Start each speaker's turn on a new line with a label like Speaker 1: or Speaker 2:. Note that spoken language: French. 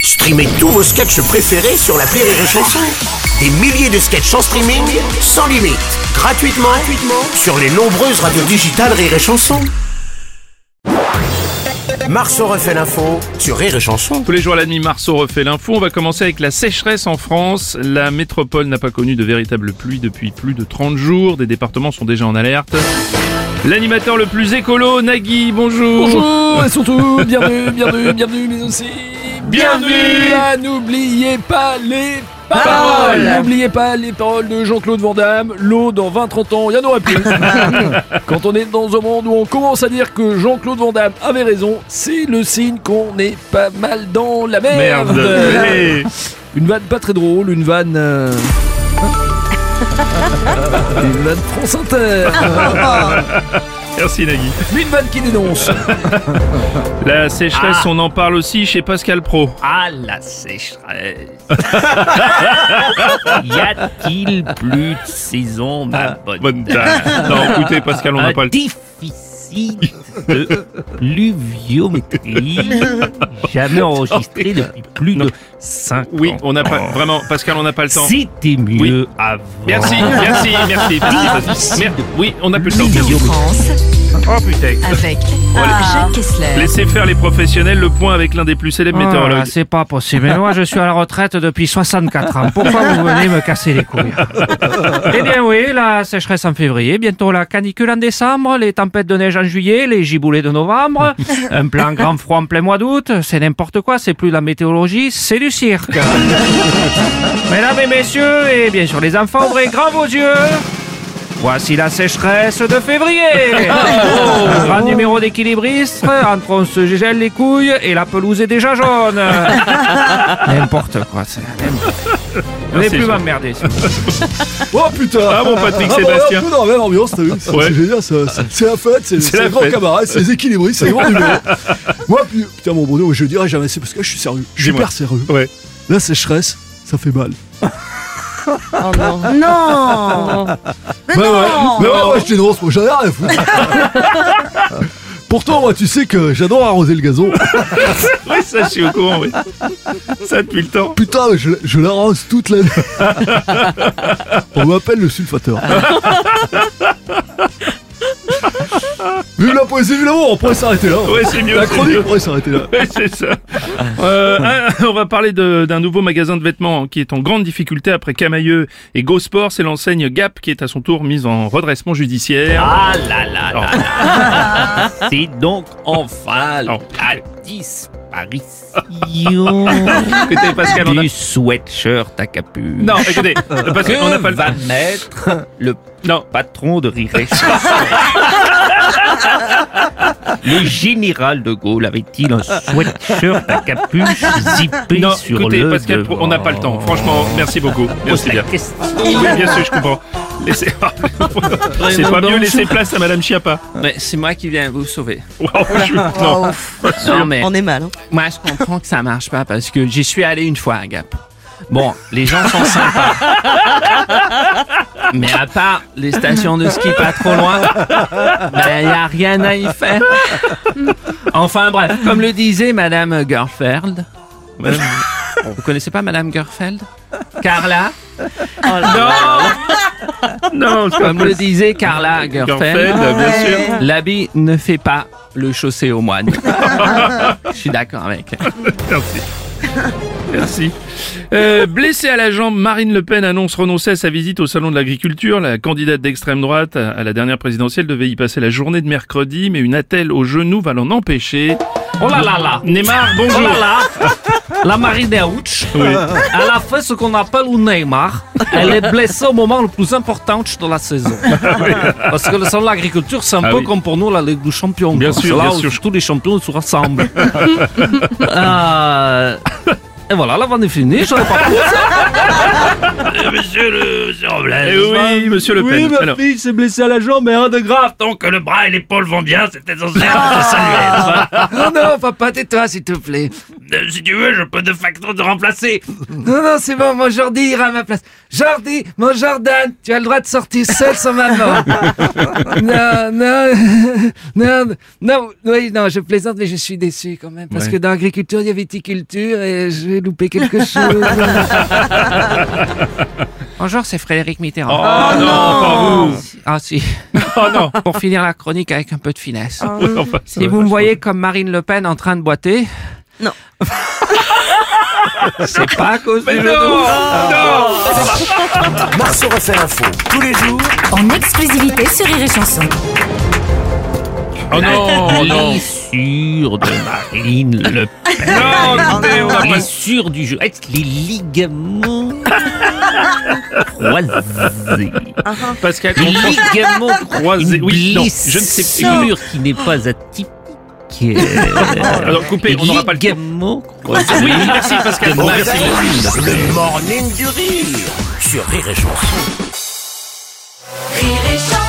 Speaker 1: Streamez tous vos sketchs préférés sur la Rire et Chanson. Des milliers de sketchs en streaming, sans limite, gratuitement, gratuitement sur les nombreuses radios digitales Rire et Chanson. Marceau refait l'info sur Rire et Chanson.
Speaker 2: Tous les jours à la nuit, Marceau refait l'info. On va commencer avec la sécheresse en France. La métropole n'a pas connu de véritable pluie depuis plus de 30 jours. Des départements sont déjà en alerte. L'animateur le plus écolo, Nagui, bonjour.
Speaker 3: Bonjour et surtout, bienvenue, bienvenue, bienvenue, mais aussi
Speaker 2: Bienvenue
Speaker 3: à N'oubliez pas les paroles N'oubliez pas les paroles de Jean-Claude Van Damme, l'eau dans 20-30 ans, il y en aurait plus Quand on est dans un monde où on commence à dire que Jean-Claude Van Damme avait raison, c'est le signe qu'on est pas mal dans la merde,
Speaker 2: Merde. Mais-
Speaker 3: Une vanne pas très drôle, une vanne... euh, une vanne France Inter
Speaker 2: Merci Nagui.
Speaker 3: Une vanne qui dénonce
Speaker 2: La sécheresse, on en parle aussi chez Pascal Pro.
Speaker 4: Ah, la sécheresse Y a-t-il plus de saison, ma bonne
Speaker 2: Bonne dame. Non, écoutez Pascal, Ah, bah, on n'a pas
Speaker 4: Un
Speaker 2: le
Speaker 4: déficit de pluviométrie jamais enregistré depuis plus de 5
Speaker 2: Oui,
Speaker 4: ans.
Speaker 2: on n'a pas vraiment Pascal, on n'a pas le temps.
Speaker 4: C'était mieux
Speaker 2: Oui.
Speaker 4: avant.
Speaker 2: Merci, merci, merci. merci. Mer- Oui, on n'a plus le temps.
Speaker 5: Météo France
Speaker 2: Oh putain.
Speaker 5: avec Jacques Kessler.
Speaker 2: Laissez faire les professionnels le point avec l'un des plus célèbres
Speaker 6: Oh
Speaker 7: Ah,
Speaker 6: là là,
Speaker 2: météorologues.
Speaker 6: c'est pas possible. Mais moi, je suis à la retraite depuis 64 ans. Pourquoi vous venez me casser les couilles Eh bien oui, la sécheresse en février, bientôt la canicule en décembre, les tempêtes de neige en juillet, les giboulées de novembre, un plein grand froid en plein mois d'août. C'est n'importe quoi, c'est plus la météorologie, c'est du cirque. Mesdames et messieurs, et bien sûr les enfants, ouvrez grand vos yeux. Voici la sécheresse de février Grand numéro d'équilibriste, entre on se gèle les couilles et la pelouse est déjà jaune N'importe quoi, c'est... Vous n'avez
Speaker 2: Merci,
Speaker 6: plus
Speaker 2: Jean.
Speaker 6: m'emmerder, c'est
Speaker 3: Oh putain
Speaker 2: Ah bon, Patrick
Speaker 3: Ah, bon,
Speaker 2: Sébastien.
Speaker 3: on est dans la même ambiance, t'as vu C'est
Speaker 2: Ouais.
Speaker 3: c'est génial, ça, ça. c'est la fête, c'est- c'est
Speaker 2: la
Speaker 3: les grands
Speaker 2: fête.
Speaker 3: camarades, c'est les équilibristes, c'est les grands numéros. Moi, pu- putain, mon Bruno, je dirais jamais assez parce que je suis sérieux, je suis
Speaker 2: Dis-moi.
Speaker 3: hyper sérieux.
Speaker 2: Ouais.
Speaker 3: La sécheresse, ça fait mal. Oh non Non Mais ouais, ouais, ouais, je dénonce, moi, j'en ai rien à foutre. Pourtant, moi, tu sais que j'adore arroser le gazon.
Speaker 2: Oui, ça, je suis au courant, oui. Ça, depuis le temps.
Speaker 3: Putain, mais je, je l'arrose toute l'année. On m'appelle le sulfateur. Vive la poésie, évidemment, on pourrait s'arrêter là.
Speaker 2: Ouais, c'est mieux.
Speaker 3: la
Speaker 2: c'est
Speaker 3: chronique
Speaker 2: mieux.
Speaker 3: pourrait s'arrêter là.
Speaker 2: Ouais, c'est ça. Euh, ah, on va parler de- d'un nouveau magasin de vêtements qui est en grande difficulté après Camailleux et Go Sport. C'est l'enseigne Gap qui est à son tour mise en redressement judiciaire.
Speaker 4: Ah là là là là. Ah. C'est donc enfin
Speaker 2: Oh.
Speaker 4: la
Speaker 2: Ah,
Speaker 4: disparition Ah.
Speaker 2: Écoutez, Pascal, on a...
Speaker 4: du sweatshirt à capuche.
Speaker 2: Non, écoutez, parce qu'on n'a
Speaker 4: que
Speaker 2: pas le...
Speaker 4: va mettre le
Speaker 2: Non.
Speaker 4: patron de Rire et Chanson Le général de Gaulle avait-il un sweatshirt à capuche zippé
Speaker 2: Non,
Speaker 4: sur
Speaker 2: écoutez,
Speaker 4: le
Speaker 2: Pascal,
Speaker 4: devant
Speaker 2: on n'a pas le temps. Franchement, merci beaucoup. Merci
Speaker 4: Pose la
Speaker 2: bien.
Speaker 4: question.
Speaker 2: Oui, bien sûr, je comprends. Laissez... c'est pas mieux laisser place à Madame Chiappa.
Speaker 7: Mais c'est moi qui viens vous sauver.
Speaker 2: Wow, je-
Speaker 4: Ah,
Speaker 2: Non.
Speaker 7: Non, mais
Speaker 8: On est
Speaker 5: hein.
Speaker 8: mal.
Speaker 7: moi, je comprends que ça marche pas parce que j'y suis allé une fois à Gap. Bon, les gens sont sympas. Mais à part les stations de ski pas trop loin, il n'y a rien à y faire. Enfin bref, comme le disait Madame Gerfeld. Vous connaissez pas Madame Gerfeld Carla
Speaker 2: Non, c'est pas
Speaker 7: Comme le
Speaker 2: possible.
Speaker 7: disait Carla Gerfeld,
Speaker 2: Garfield, bien sûr.
Speaker 7: l'habit ne fait pas le chaussé au moine. Je suis d'accord avec. elle.
Speaker 2: Merci. Merci. Euh, blessée à la jambe, Marine Le Pen annonce renoncer à sa visite au Salon de l'Agriculture. La candidate d'extrême droite à à la dernière présidentielle devait y passer la journée de mercredi, mais une attelle au genou va l'en empêcher.
Speaker 7: Oh là là là
Speaker 2: Neymar,
Speaker 7: Oh
Speaker 2: bonjour.
Speaker 7: là là La Marine Ouch, elle a fait ce qu'on appelle un Neymar. Elle est blessée au moment le plus important de la saison. Parce que le salon de l'agriculture, c'est un
Speaker 2: Ah
Speaker 7: peu
Speaker 2: oui.
Speaker 7: comme pour nous la Ligue des Champions.
Speaker 2: Bien
Speaker 7: quoi.
Speaker 2: sûr,
Speaker 7: C'est là
Speaker 2: bien
Speaker 7: où
Speaker 2: sûr.
Speaker 7: tous les champions se rassemblent. Euh, Et voilà, la vanne est finie, j'en ai pas plus.
Speaker 4: Monsieur le
Speaker 2: Eh
Speaker 4: Monsieur Robles,
Speaker 2: oui, monsieur Le Pen. Alors,
Speaker 7: fille s'est blessée à la jambe, mais rien de grave.
Speaker 4: tant que le
Speaker 7: Ah.
Speaker 4: bras et l'épaule vont bien, c'était essentiel de saluer.
Speaker 7: Oh non, papa, tais-toi, s'il te plaît.
Speaker 4: Euh, Si tu veux, je peux de facto te remplacer.
Speaker 7: Non, non, c'est bon, mon Jordi ira à ma place. Jordi, mon Jordan, tu as le droit de sortir seul sans maman. non, non, non, non, oui, non, je plaisante, mais je suis déçu quand même. Parce
Speaker 2: Ouais.
Speaker 7: que dans agriculture, il y a viticulture et j'ai loupé quelque chose. Bonjour, c'est Frédéric
Speaker 2: Oh,
Speaker 7: Mitterrand.
Speaker 2: non, pas vous.
Speaker 7: Ah si,
Speaker 2: Oh non. Ah,
Speaker 7: pour finir la chronique avec un peu de finesse.
Speaker 2: Oui, enfin, ça
Speaker 7: Si
Speaker 2: va.
Speaker 7: vous me voyez comme Marine Le Pen en train de boiter...
Speaker 5: Non.
Speaker 7: c'est pas à cause
Speaker 2: Mais
Speaker 7: du jeu de mots.
Speaker 2: non, non.
Speaker 1: Marceau refait l'info tous les jours
Speaker 5: En exclusivité sur Rire et Chanson.
Speaker 2: Oh non, non.
Speaker 4: Blessure de Marine Le
Speaker 2: Non, écoutez, on va pas
Speaker 4: Blessure du jeu. Est-ce les ligaments croisés
Speaker 2: Pascal,
Speaker 4: Les ligaments croisés.
Speaker 2: Croisés, oui, non,
Speaker 4: Une
Speaker 2: je ne sais plus.
Speaker 4: blessure qui n'est pas atypique.
Speaker 2: Alors coupez, on n'aura pas le temps.
Speaker 4: Ligaments croisés.
Speaker 2: Oui, merci Pascal.
Speaker 1: au
Speaker 2: Merci.
Speaker 1: réveil, le morning du rire sur Rire et Chanson.
Speaker 5: Rire et Chanson.